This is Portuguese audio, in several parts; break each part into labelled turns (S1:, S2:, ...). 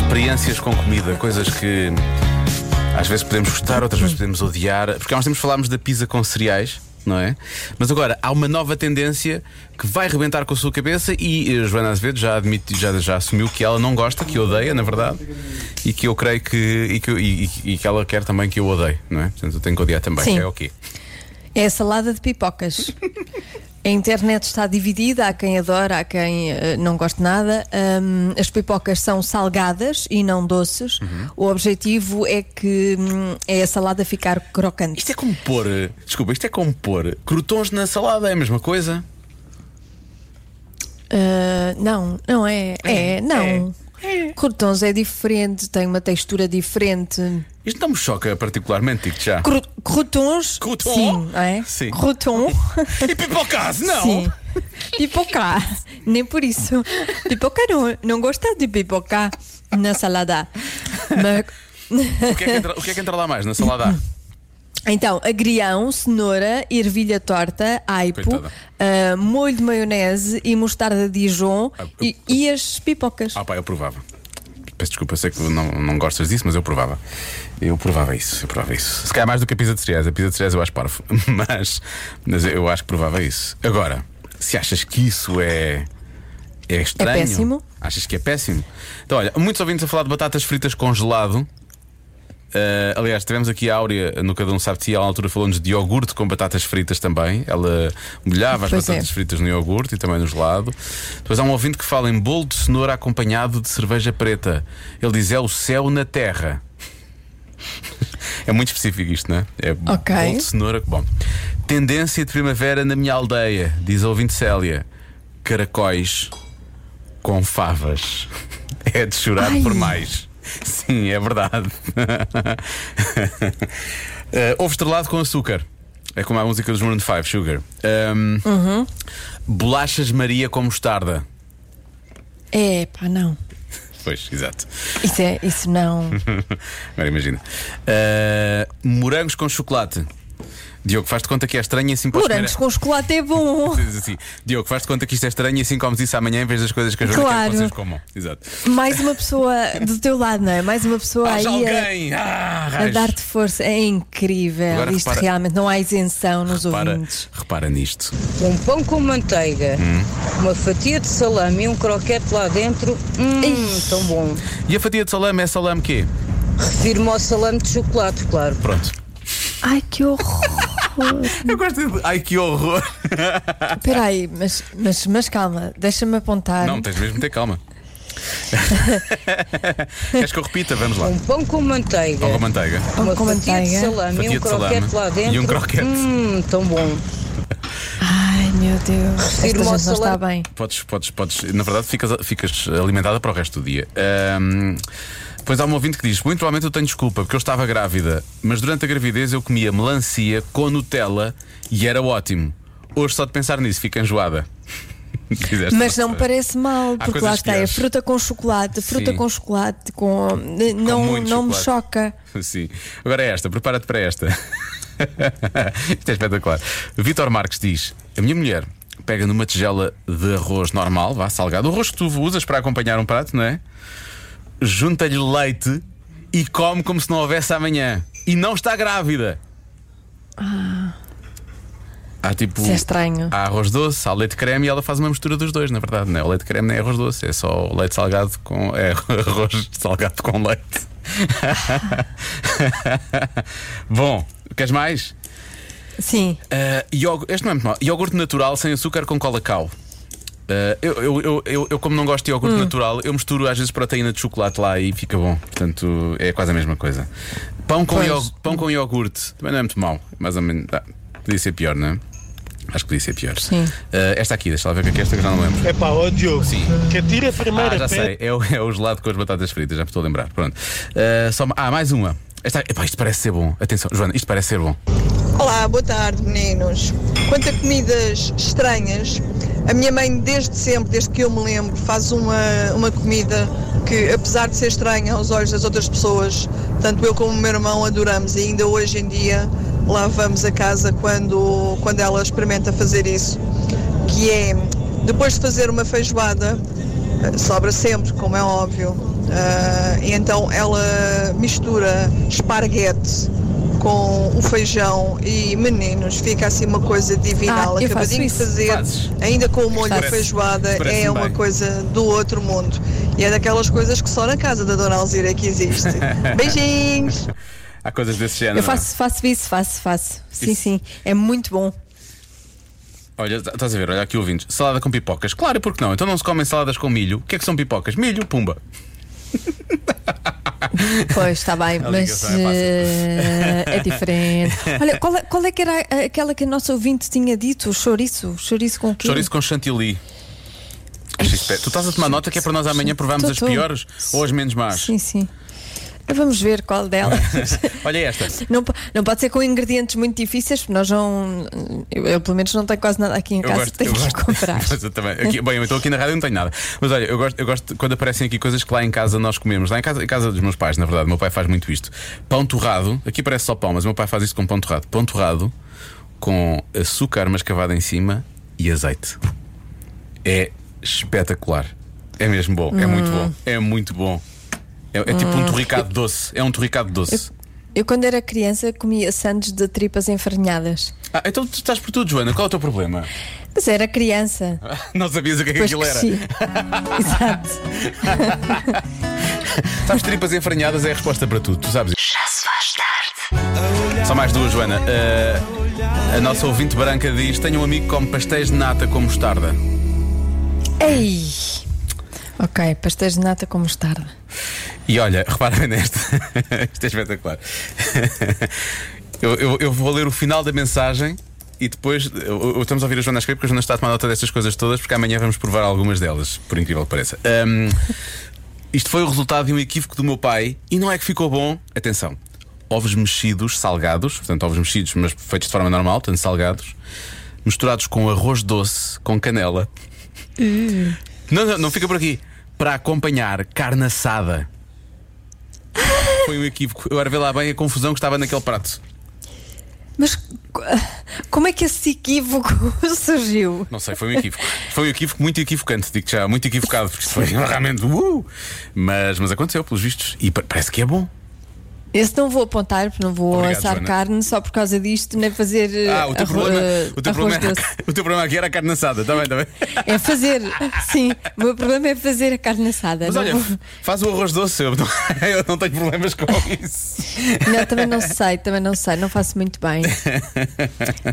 S1: experiências com comida, coisas que às vezes podemos gostar, outras
S2: Hum.
S1: vezes podemos odiar. Porque há uns tempos falámos da pizza com cereais, não é? Mas agora há uma nova tendência que vai rebentar com a sua cabeça e a Joana Azevedo já, admite, já, já assumiu que ela não gosta, que odeia, na verdade, e que eu creio que. e que, eu- e- e- e que ela quer também que eu odeie, não é? Portanto, eu tenho que odiar também.
S2: Sim.
S1: É o quê?
S2: É a salada de pipocas. A internet está dividida, há quem adora, há quem eh, não gosta nada. Hum, as pipocas são salgadas e não doces. O objetivo é que hum, é a salada ficar crocante.
S1: Isto é como pôr. eh, Desculpa, isto é como pôr crotons na salada, é a mesma coisa?
S2: Ah, não, não é. É, não. Crotons é diferente, tem uma textura diferente.
S1: Isto não me choca particularmente, digo já.
S2: Cro crotons.
S1: Croton?
S2: Sim, não é?
S1: Sim.
S2: Croton.
S1: E pipocas, não!
S2: Sim. Pipoca. Nem por isso. Pipoca não, não gosta de pipoca na salada. Mas-
S1: O, que é que entra, o que é que entra lá mais na salada? A?
S2: então, agrião, cenoura, ervilha torta, aipo,
S1: Coitada.
S2: ah, molho de maionese e mostarda de Dijon e, e as pipocas.
S1: Ah, pá, eu provava. Peço desculpa, eu sei que não, não gostas disso, mas eu provava. Eu provava isso, eu provava isso. Se calhar mais do que a pizza de cereais. A pizza de cereais eu acho parvo. Mas, mas eu acho que provava isso. Agora, se achas que isso é. É estranho.
S2: péssimo.
S1: Achas que é péssimo? Então, olha, muitos ouvintes a falar de batatas fritas congelado. Ah, aliás, tivemos aqui a Áurea no Cada Um Sabe de Si, ela na altura falou-nos de iogurte com batatas fritas também. Ela molhava as
S2: Pois é.
S1: batatas fritas no iogurte e também no gelado. Depois há um ouvinte que fala em bolo de cenoura acompanhado de cerveja preta. Ele diz: é o céu na terra. é muito específico isto, não é? É
S2: Ok.
S1: bolo de cenoura. Bom, tendência de primavera na minha aldeia, diz a ouvinte Célia: caracóis com favas. É de chorar
S2: Ai.
S1: por mais. Sim, é verdade. Eh, ovo estrelado com açúcar. É como a música dos Maroon 5, Sugar. Ahm,
S2: Uhum.
S1: Bolachas Maria com mostarda.
S2: É, pá, não.
S1: Pois, exato.
S2: Isso, é, isso não.
S1: Agora imagina. Eh, morangos com chocolate. Diogo, faz-te conta que é estranho e assim podes comer-
S2: Morangos com chocolate é bom.
S1: Dizes assim, Diogo, faz-te conta que isto é estranho e assim comes isso amanhã em vez das coisas que a Joana quer
S2: Claro.
S1: que vocês comam. Exato.
S2: Mais uma pessoa do teu lado, não é? Mais uma pessoa
S1: Haja
S2: aí a,
S1: alguém! Ah,
S2: a
S1: raios.
S2: dar-te força. É incrível.
S1: Agora
S2: Isto
S1: repara-
S2: realmente não há isenção nos
S1: Repara,
S2: ouvintes.
S1: repara nisto.
S3: Um pão com manteiga,
S1: Hum.
S3: uma fatia de salame e um croquete lá dentro, hum, tão bom.
S1: E a fatia de salame é salame quê?
S3: Refiro-me ao salame de chocolate, claro.
S1: Pronto.
S2: Ai, que horror.
S1: Eu gosto de. Ai que horror!
S2: Espera aí, mas, mas, mas calma, deixa-me apontar.
S1: Não, tá. tens mesmo de ter calma. Queres que eu repita? Vamos lá.
S3: Um pão com manteiga,
S1: Pão com manteiga.
S2: Pão
S3: uma
S2: com
S3: fatia de
S2: manteiga.
S3: salame
S1: Fatia
S3: e um
S1: de salame
S3: croquete lá dentro,
S1: e um croquete.
S3: hum, tão bom.
S2: Ai, meu Deus. Esta gente
S3: Refiro-me ao
S2: não está
S3: salame.
S2: bem.
S1: Podes, podes, podes. Na verdade, ficas, ficas alimentada para o resto do dia. Ahm, Depois há um ouvinte que diz: Muito provavelmente eu tenho desculpa, porque eu estava grávida, mas durante a gravidez eu comia melancia com Nutella e era ótimo. Hoje, só de pensar nisso, fico enjoada. Fizeste
S2: Mas não me
S1: bastante.
S2: parece mal, porque
S1: coisas
S2: lá está, é
S1: piores.
S2: fruta com chocolate, fruta
S1: Sim.
S2: com chocolate, com. Não,
S1: muito
S2: não me
S1: chocolate.
S2: choca.
S1: Sim. Agora é esta, prepara-te para esta. Isto é espetacular. Vitor Marques diz: A minha mulher pega numa tigela de arroz normal, vá salgado, o arroz que tu usas para acompanhar um prato, não é? Junta-lhe leite e come como se não houvesse amanhã. E não está grávida. Há tipo.
S2: Isso é estranho.
S1: Há arroz doce, há leite creme e ela faz uma mistura dos dois, na verdade. Não é o leite creme nem é arroz doce, é só o leite salgado com. É arroz salgado com leite. Bom, queres mais?
S2: Sim.
S1: Ah, iog- Este não é muito mau. Iogurte natural sem açúcar com cola cal. Ah, eu, eu, eu, eu, eu como não gosto de iogurte
S2: Hum.
S1: natural, eu misturo às vezes proteína de chocolate lá e fica bom. Portanto, é quase a mesma coisa. Pão com,
S2: Pois.
S1: iog- pão com iogurte também não é muito mau. Mais ou menos. ah, podia ser pior, não é? Acho que podia ser pior.
S2: Sim.
S1: Ah, esta aqui, deixa lá ver o que é que é esta que eu já não lembro.
S4: É pá, ó Diogo, que atire a primeira
S1: Ah, já
S4: pedra.
S1: sei, é o, é o gelado com as batatas fritas, já me estou a lembrar. Pronto. Ah, só- ah, mais uma. Esta, epá, isto parece ser bom. Atenção, Joana, isto parece ser bom.
S5: Olá, boa tarde, meninos. Quanto a comidas estranhas, a minha mãe, desde sempre, desde que eu me lembro, faz uma, uma comida que, apesar de ser estranha aos olhos das outras pessoas, tanto eu como o meu irmão adoramos e ainda hoje em dia lá vamos a casa quando, quando ela experimenta fazer isso, que é, depois de fazer uma feijoada, eh, sobra sempre, como é óbvio, ah, e então ela mistura esparguete com o feijão e meninos, fica assim uma coisa divinal.
S2: Ah, eu faço
S5: Acabadinho de
S2: isso.
S5: fazer,
S1: Fazes.
S5: ainda com o molho da
S2: Parece-
S5: feijoada,
S1: parece-me
S5: é uma
S1: bem.
S5: coisa do outro mundo. E é daquelas coisas que só na casa da Dona Alzira é que existe. Beijinhos!
S1: Há coisas desse género.
S2: Eu
S1: não é?
S2: faço, faço isso, faço, faço. Sim,
S1: Isso.
S2: sim. É muito bom.
S1: Olha, tá, estás a ver, olha aqui ouvintes. Salada com pipocas. Claro, porque não? Então não se comem saladas com milho. O que é que são pipocas? Milho, pumba.
S2: Pois, está bem,
S1: A
S2: mas
S1: ligação é fácil.
S2: eh, é diferente. Olha, qual é, qual é que era eh, aquela que a nossa ouvinte tinha dito? O chouriço? O chouriço com quê?
S1: Chouriço com chantilly. Acho isso pé- Tu estás a tomar nota que é para nós amanhã provarmos
S2: Tô,
S1: as
S2: tô.
S1: piores ou as menos más?
S2: Sim, sim. Vamos ver qual delas.
S1: Olha esta.
S2: Não, po- não pode ser com ingredientes muito difíceis, porque nós não. Eu, eu, pelo menos não tenho quase nada aqui em
S1: Eu
S2: casa
S1: gosto,
S2: que tenho
S1: eu
S2: que
S1: gosto.
S2: comprar.
S1: Mas eu também. Aqui- bem, eu estou aqui na rádio e não tenho nada. Mas olha, eu gosto, eu gosto quando aparecem aqui coisas que lá em casa nós comemos. Lá em casa, em casa dos meus pais, na verdade, o meu pai faz muito isto. Pão torrado, aqui parece só pão, mas o meu pai faz isto com pão torrado. Pão torrado com açúcar mascavado em cima e azeite. É espetacular. É mesmo bom, é muito
S2: Hum.
S1: bom. É muito bom. É, é tipo um torricado doce. É um torricado doce.
S2: Eu, quando era criança, comia sandes de tripas enfarinhadas.
S1: Ah, então tu estás por tudo, Joana. Qual é o teu problema?
S2: Mas era criança.
S1: Não sabias o que é que
S2: Depois
S1: aquilo era.
S2: cresci. Exato.
S1: Sabes, tripas enfranhadas é a resposta para tudo, tu sabes.
S6: Já se faz tarde.
S1: Só mais duas, Joana. Eh, a nossa ouvinte branca diz: Tenho um amigo que come pastéis de nata com mostarda.
S2: Ei! Ok, pastéis de nata com mostarda.
S1: E olha, repara bem nesta. Isto é espetacular. eu, eu- eu vou ler o final da mensagem e depois eu- eu- estamos a ouvir a Joana a escrever, porque a Joana está a tomar nota destas coisas todas, porque amanhã vamos provar algumas delas, por incrível que pareça. Ahm, isto foi o resultado de um equívoco do meu pai e não é que ficou bom. Atenção. Ovos mexidos salgados, portanto, ovos mexidos, mas feitos de forma normal, portanto, salgados, misturados com arroz doce, com canela. Não, não, não fica por aqui. Para acompanhar carne assada. Foi um equívoco. Eu era ver lá bem a confusão que estava naquele prato.
S2: Mas co- como é que esse equívoco surgiu?
S1: Não sei, foi um equívoco. Foi um equívoco muito equivocante, digo já, muito equivocado, porque isto foi realmente. Uh! Mas, mas aconteceu, pelos vistos. E pa- parece que é bom.
S2: Esse não vou apontar, porque não vou
S1: Obrigado,
S2: assar
S1: Joana.
S2: carne só por causa disto, nem fazer eh,
S1: Ah, o teu,
S2: arro-
S1: problema,
S2: eh,
S1: o, teu problema
S2: arroz
S1: é era,
S2: doce.
S1: o teu problema aqui era a carne assada, está bem, está bem.
S2: É fazer, sim. O meu problema é fazer a carne assada.
S1: Mas
S2: não é?
S1: olha,
S2: vou-
S1: faz o arroz doce, eu não, eu não tenho problemas com isso.
S2: Não, também não sei, também não sei, não faço muito bem.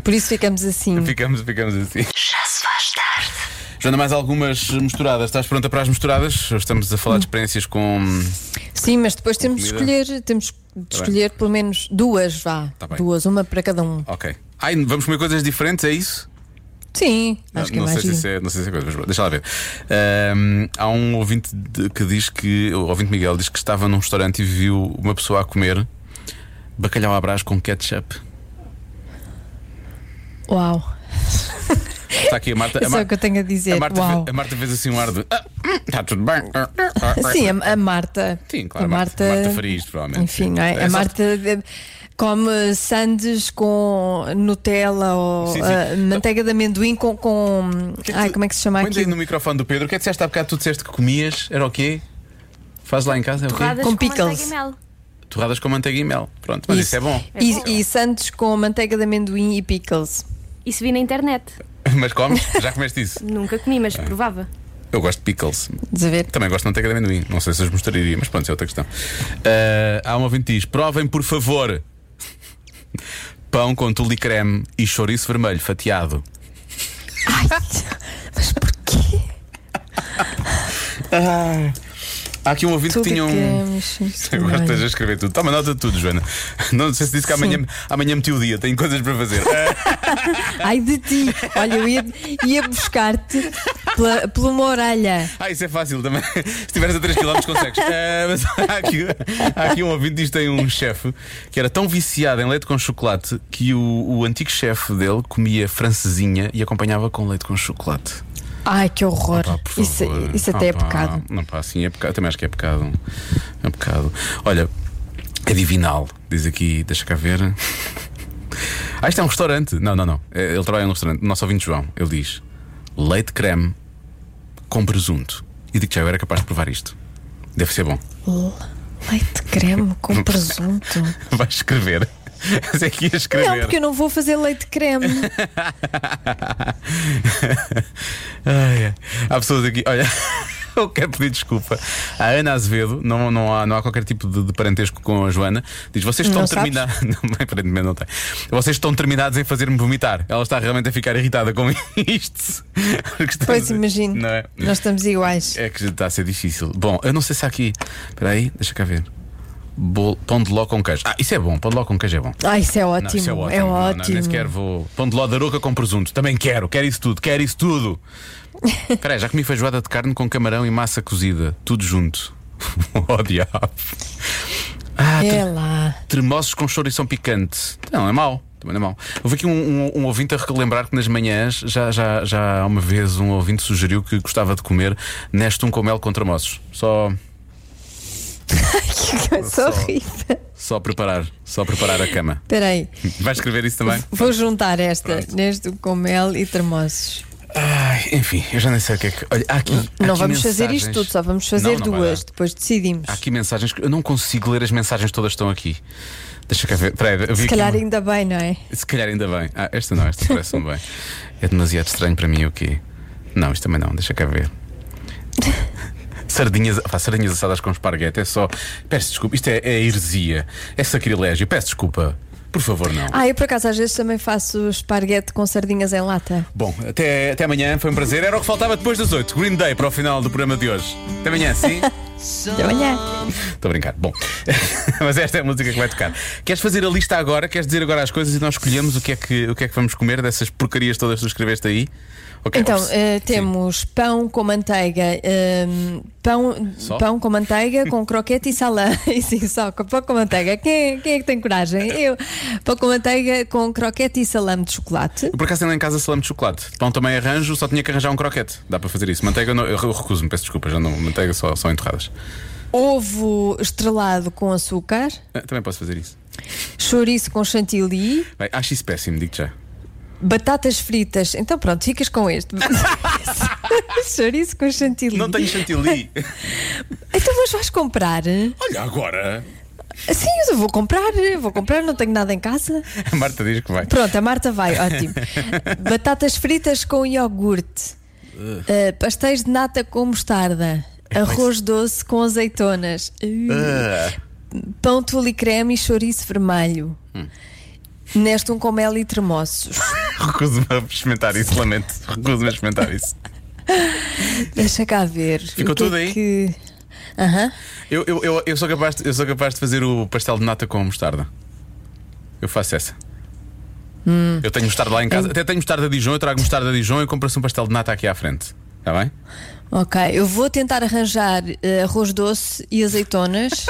S2: Por isso ficamos assim.
S1: Ficamos, ficamos assim.
S6: Já se faz tarde.
S1: Joana, mais algumas misturadas. Estás pronta para as misturadas? Estamos a falar de experiências com.
S2: Sim, mas depois temos de
S1: comida.
S2: escolher, temos de escolher pelo menos duas, vá.
S1: Tá bem.
S2: duas, uma para cada um.
S1: Ok. Ai, vamos comer coisas diferentes, é isso?
S2: Sim, acho que é
S1: não,
S2: mais
S1: sei
S2: giro.
S1: se isso é, não sei se é coisa, mas bom, deixa lá ver. Ahm, há um ouvinte de- que diz que, o ouvinte Miguel diz que estava num restaurante e viu uma pessoa a comer bacalhau à brás com ketchup.
S2: Uau.
S1: Está aqui a Marta.
S2: É
S1: a
S2: só
S1: é- Mar-
S2: o que eu tenho a dizer.
S1: a Marta,
S2: Uau.
S1: fe- a Marta fez assim um ar de. "Ah, hum, está tudo bem. Ah, ah, ah, ah."
S2: Sim, a, a Marta.
S1: Sim, claro,
S2: a Marta,
S1: Marta faria isto, provavelmente.
S2: Enfim, não é?
S1: É
S2: a
S1: só-
S2: Marta eh, come sandes com Nutella ou
S1: Sim, sim.
S2: eh, manteiga de amendoim com. com
S1: Que é que
S2: ai,
S1: tu-
S2: como é que se chama
S1: Põe aí
S2: aqui?
S1: no microfone do Pedro. O que é que disseste há bocado? Tu disseste que comias? Era o quê? Faz lá em casa? É o quê?
S7: torradas
S2: Com
S7: com,
S2: pickles.
S7: manteiga e mel.
S1: Torradas com manteiga e mel. Pronto, mas isso, é bom.
S2: E, e sandes com manteiga de amendoim e pickles.
S7: Isso vi na internet.
S1: Mas comes? Já comeste isso?
S7: Nunca comi, mas provava.
S1: Eu gosto de pickles.
S2: Estás a ver?
S1: Também gosto de manteiga de amendoim. Não sei se os mostraria, mas pronto, isso é outra questão. Ah, há um ouvinte que diz: provem, por favor, pão com tule e creme e chouriço vermelho fatiado.
S2: Mas porquê?
S1: Há aqui um ouvinte
S2: Tudo
S1: que tinha um.
S2: que é mexer
S1: Eu gosto de
S2: também.
S1: estejas a escrever tudo. Toma nota de tudo, Joana. Não sei se disse que amanhã, amanhã meti o dia, tenho coisas para fazer. Ah,
S2: Ai de ti! Olha, eu ia, ia buscar-te pela, por uma orelha.
S1: ah, isso é fácil também. Se estiveres a 3km consegues. Ah, mas há aqui, há aqui um ouvinte que diz que tem um chefe que era tão viciado em leite com chocolate que o, o antigo chefe dele comia francesinha e acompanhava com leite com chocolate.
S2: Ai, que horror!
S1: Ah, Pá, por
S2: isso,
S1: favor.
S2: isso até
S1: Ah,
S2: é
S1: pá.
S2: pecado.
S1: Não, pá, sim, é pecado. Também acho que é pecado. É pecado. Olha, é divinal, diz aqui, deixa cá ver. Ah, isto é um restaurante. Não, não, não. É, Ele trabalha num restaurante. O Nosso ouvinte João, ele diz: leite creme com presunto. E digo que já eu era capaz de provar isto. Deve ser bom.
S2: Leite creme com presunto.
S1: Vais escrever. Mas é que ia escrever.
S2: Não, porque eu não vou fazer leite creme.
S1: Ai, ai. Há pessoas aqui, olha. Eu quero pedir desculpa à Ana Azevedo, não, não, há, não há qualquer tipo de, de parentesco com a Joana. Diz: vocês estão
S2: Não sabes?
S1: terminados. Aparentemente não tem. Vocês estão terminados em fazer-me vomitar. Ela está realmente a ficar irritada com isto. Porque estamos-
S2: Pois imagino.
S1: Não é?
S2: Nós estamos iguais.
S1: É que está a ser difícil. Bom, eu não sei se há aqui. Espera aí, deixa cá ver. Bolo- pão de ló com queijo. Ah, isso é bom. Pão de ló com queijo é bom.
S2: Ah, isso é
S1: Não,
S2: ótimo.
S1: isso é ótimo.
S2: É
S1: Não, não,
S2: ótimo.
S1: nem sequer vou. Pão de ló de aroca com presunto. Também quero. Quero isso tudo. Quero isso tudo. Espera aí, já comi feijoada de carne com camarão e massa cozida. Tudo junto. oh, diabo. Ah, tre-
S2: É lá.
S1: tremoços com chourição picante. Não, é mau. Também não é mau. Houve aqui um, um- um ouvinte a relembrar que nas manhãs já, já, já uma vez um ouvinte sugeriu que gostava de comer neste um com mel com tremoços. Só,
S2: Que coisa horrível.
S1: só preparar. Só preparar a cama.
S2: Espera aí.
S1: Vai escrever isso também?
S2: Vou juntar esta
S1: Pronto.
S2: neste com mel e termossos.
S1: Ai, enfim, eu já nem sei o que é que. Olha, há aqui. há
S2: Não
S1: aqui
S2: vamos fazer isto
S1: mensagens-
S2: tudo, só vamos fazer
S1: Não, não vai
S2: duas,
S1: dar.
S2: depois decidimos.
S1: Há aqui mensagens que eu não consigo ler as mensagens todas que estão aqui. Deixa cá ver. Peraí, eu vi
S2: Se
S1: aqui
S2: calhar
S1: uma-
S2: ainda bem, não é?
S1: Se calhar ainda bem. Ah, esta não, esta parece-me bem. É demasiado estranho para mim o quê? Não, isto também não, deixa cá ver. Sardinhas, pá, sardinhas assadas com esparguete é só. Peço desculpa, isto é, é heresia, é sacrilégio. Peço desculpa, por favor, não.
S2: Ah, eu por acaso às vezes também faço esparguete com sardinhas em lata.
S1: Bom, até, até amanhã, foi um prazer. Era o que faltava depois das 8. Green Day para o final do programa de hoje. Até amanhã, sim?
S2: Até amanhã.
S1: Estou a brincar. Bom, mas esta é a música que vai tocar. Queres fazer a lista agora? Queres dizer agora as coisas e nós escolhemos o que é que, o que, é que vamos comer dessas porcarias todas que tu escreveste aí? Ok,
S2: Então,
S1: vamos-
S2: eh,
S1: Sim.
S2: temos pão com manteiga, ehm, pão,
S1: Só?
S2: pão com manteiga, com croquete e salame. E sim, só com pão com manteiga. Quem, é- quem é que tem coragem? Eu. Pão com manteiga, com croquete e salame de chocolate.
S1: Eu por acaso tenho lá em casa salame de chocolate. Pão também arranjo, só tinha que arranjar um croquete. Dá para fazer isso. Manteiga, eu não- eu recuso-me, peço desculpa, já não. Manteiga só, só enterradas.
S2: Ovo estrelado com açúcar.
S1: Ah, Também posso fazer isso.
S2: Chouriço com chantilly.
S1: Bem, acho isso péssimo, digo já.
S2: Batatas fritas. Então pronto, ficas com este. Chouriço com chantilly.
S1: Não tenho chantilly.
S2: Então mas vais comprar?
S1: Olha agora.
S2: Sim, eu vou comprar, vou comprar, não tenho nada em casa.
S1: A Marta diz que vai.
S2: Pronto, a Marta vai, ótimo. Batatas fritas com iogurte. Ah, pastéis de nata com mostarda. Arroz doce com azeitonas. Uh,
S1: É Ah,
S2: Pão tule creme e chouriço vermelho.
S1: Hum.
S2: Neste um com mel e tremoços.
S1: Recuso-me a experimentar isso, lamento. Recuso-me a experimentar isso.
S2: Deixa cá ver.
S1: Ficou
S2: O que é
S1: tudo aí?
S2: que- Aham.
S1: Eu, eu, eu, eu sou capaz de, eu sou capaz de fazer o pastel de nata com mostarda. Eu faço essa. Eu tenho mostarda lá em casa. Até tenho mostarda de Dijon, eu trago mostarda de Dijon e compro-se um pastel de nata aqui à frente. Está bem?
S2: Ok, eu vou tentar arranjar eh, arroz doce e azeitonas.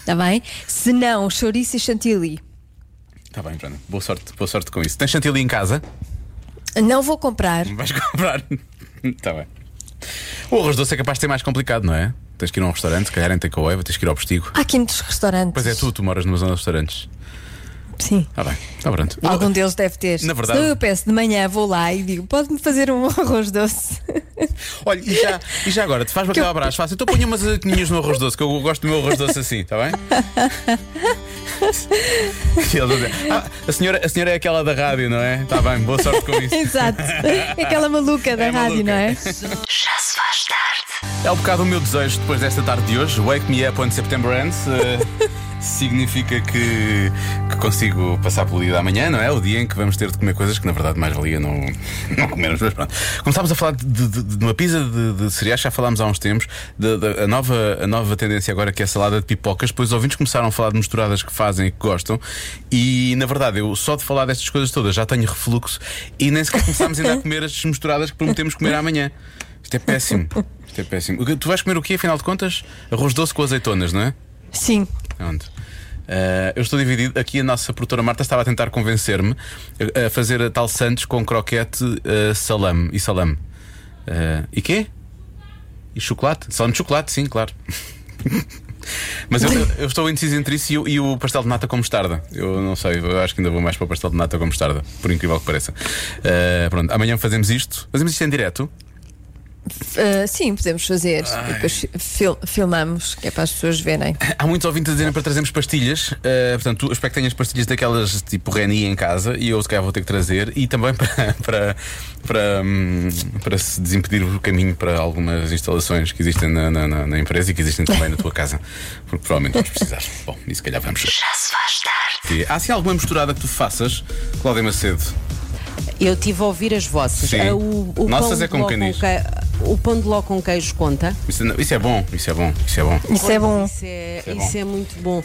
S2: Está bem? Se não, chouriço e chantilly.
S1: Está Tá bem, Joana. Boa sorte, boa sorte com isso. Tens chantilly em casa?
S2: Não vou comprar.
S1: Vais comprar? Está Tá bem. O arroz doce é capaz de ser mais complicado, não é? Tens que ir a um restaurante, se calhar em takeaway, tens que ir ao postigo.
S2: Há aqui muitos restaurantes.
S1: Pois é, tu, tu moras numa zona de restaurantes.
S2: Sim.
S1: Está bem, está pronto.
S2: Algum deles deve ter.
S1: Na verdade-
S2: Senão eu peço de manhã, vou lá e digo: pode-me fazer um arroz doce?
S1: Olha, e já, e já agora, te faz bacalhau à brás fácil. Então ponha umas azeitoninhas no arroz doce, que eu gosto do meu arroz doce assim, está bem? E ele diz, "Ah, a, senhora, a senhora é aquela da rádio, não é? Está bem, boa sorte com isso.
S2: Exato. É aquela maluca da
S1: É
S2: rádio,
S1: maluca.
S2: não é?
S6: Já se faz tarde.
S1: É um bocado o meu desejo depois desta tarde de hoje. Wake me up when September ends. eh, significa que, que consigo passar pelo dia da manhã, não é? O dia em que vamos ter de comer coisas que na verdade mais valia não, não comermos. Mas pronto. Começámos a falar de, de- de uma pizza de, de cereais, já falámos há uns tempos. da- da- a, nova, a nova tendência agora que é a salada de pipocas. Depois os ouvintes começaram a falar de misturadas que fazem e que gostam. E na verdade, eu só de falar destas coisas todas já tenho refluxo e nem sequer começámos ainda a comer as misturadas que prometemos comer amanhã. Isto é péssimo. Isto é péssimo. O que- Tu vais comer o quê, afinal de contas? Arroz doce com azeitonas, não é?
S2: Sim.
S1: Pronto. Ah, eu estou dividido. Aqui a nossa produtora Marta estava a tentar convencer-me a- a fazer a tal Santos com croquete, ah, salame e salame. Ah, e quê? E chocolate? Salame de chocolate, sim, claro. Mas eu, eu estou indeciso entre isso e, o- e o pastel de nata com mostarda. Eu não sei, eu acho que ainda vou mais para o pastel de nata com Eh, mostarda, por incrível que pareça. Ah, pronto, amanhã fazemos isto. Fazemos isto em direto?
S2: Ah, sim, podemos fazer. E depois fil- filmamos, que é para as pessoas verem.
S1: Há muitos ouvintes a dizerem para trazermos pastilhas. eh, portanto, eu espero que tenhas pastilhas daquelas tipo Reni em casa e eu se calhar vou ter que trazer. E também para, para, para, hum, para se desimpedir o caminho para algumas instalações que existem na, na- na- na empresa e que existem também na tua casa. Porque provavelmente vais precisar. Bom, e se calhar vamos.
S6: Já se faz tarde.
S1: Há assim alguma misturada que tu faças, Cláudia Macedo?
S8: Eu tive a ouvir as vossas.
S1: Sim.
S8: Ah, O, o
S1: Nossas
S8: pão de
S1: é com
S8: ló
S1: queijo.
S8: que- O pão de ló com queijo conta.
S1: Isso, não- isso é bom, isso é bom, isso é bom.
S2: Isso é bom.
S8: Isso é,
S1: é bom.
S8: isso é muito bom.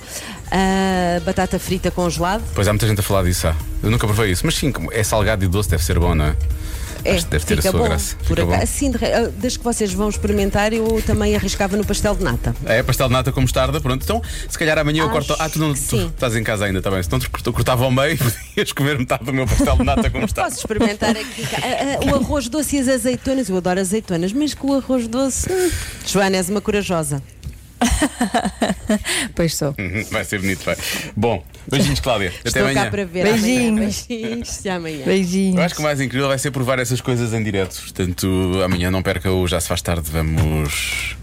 S8: Ah, batata frita congelado.
S1: Pois há muita gente a falar disso, há. Eu nunca provei isso, mas sim, como é salgado e doce, deve ser bom, não é?
S8: É,
S1: Acho que deve ter a
S8: fica
S1: sua
S8: bom.
S1: graça.
S8: Por
S1: Fica bom.
S8: acaso, sim, de re- ah, desde que vocês vão experimentar, eu também arriscava no pastel de nata.
S1: É, pastel de nata com mostarda, pronto. Então, se calhar amanhã eu
S8: Acho
S1: corto. Ah, tu não
S8: que
S1: tu
S8: sim.
S1: estás em casa ainda, está bem? Então tu corto- cortava ao meio e podias comer metade do meu pastel de nata com mostarda.
S8: Posso experimentar aqui ah, ah, o arroz doce e as azeitonas. Eu adoro azeitonas, mas com o arroz doce. hum, Joana, és uma corajosa.
S2: Pois sou.
S1: Uhum, vai ser bonito, vai. Bom, beijinhos, Cláudia. Até
S8: Estou
S1: amanhã.
S8: cá para ver. amanhã.
S2: Beijinhos.
S8: Beijinhos. Até amanhã.
S1: Eu
S2: Beijinhos.
S1: acho que o mais incrível vai ser provar essas coisas em direto. Portanto, amanhã não perca o Já Se Faz Tarde, vamos.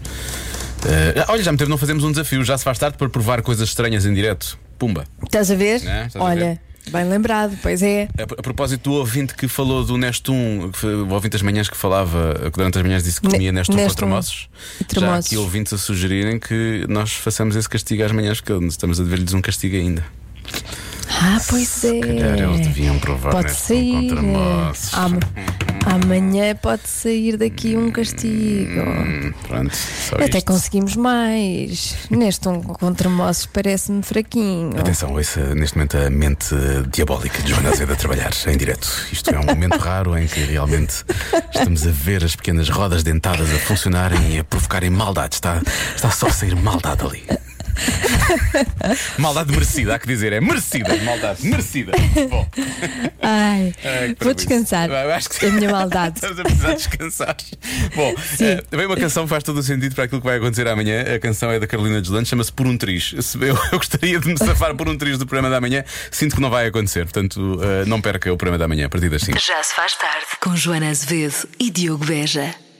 S1: eh, olha, já me teve, não fazemos um desafio. Já se faz tarde para provar coisas estranhas em direto. Pumba.
S2: Estás a ver?
S1: Né? Estás a
S2: Olha, bem lembrado, pois é.
S1: A, a propósito do ouvinte que falou do Nestum, que foi o ouvinte das manhãs que falava, que durante as manhãs disse que
S2: Ne-
S1: comia um Nestum, com
S2: Nestum.
S8: um.
S1: tromossos.
S2: E tromossos.
S1: Já há aqui ouvintes a sugerirem que nós façamos esse castigo às manhãs, que estamos a dever-lhes um castigo ainda.
S2: Ah, pois é.
S1: Calhar eles deviam provar
S2: Pode Ah,
S1: Nestum né? com
S2: sair.
S1: tromossos.
S2: Ama- Amanhã pode sair daqui um castigo.
S1: Hum, pronto, só
S2: Até
S1: isto.
S2: conseguimos mais. Neste um contra moços parece-me fraquinho.
S1: Atenção, ouça neste momento a mente diabólica de Joana Azevedo a trabalhar em direto. Isto é um momento raro em que realmente estamos a ver as pequenas rodas dentadas a funcionarem e a provocarem maldade. Está, está só a sair maldade ali. maldade merecida, há que dizer. É merecida, maldade merecida. Bom,
S2: Ai,
S1: é que
S2: vou
S1: parabéns.
S2: descansar.
S1: Eu acho que-
S2: A minha maldade.
S1: Estamos a precisar descansar. Bom, eh, também uma canção que faz todo o sentido para aquilo que vai acontecer amanhã. A canção é da Carolina Deslandes, chama-se Por um Triz. Se- Eu, eu gostaria de me safar por um triz do programa da manhã, sinto que não vai acontecer. Portanto, eh, não perca o programa da manhã, a partir das 5.
S6: Já se faz tarde. Com Joana Azevedo e Diogo Beja.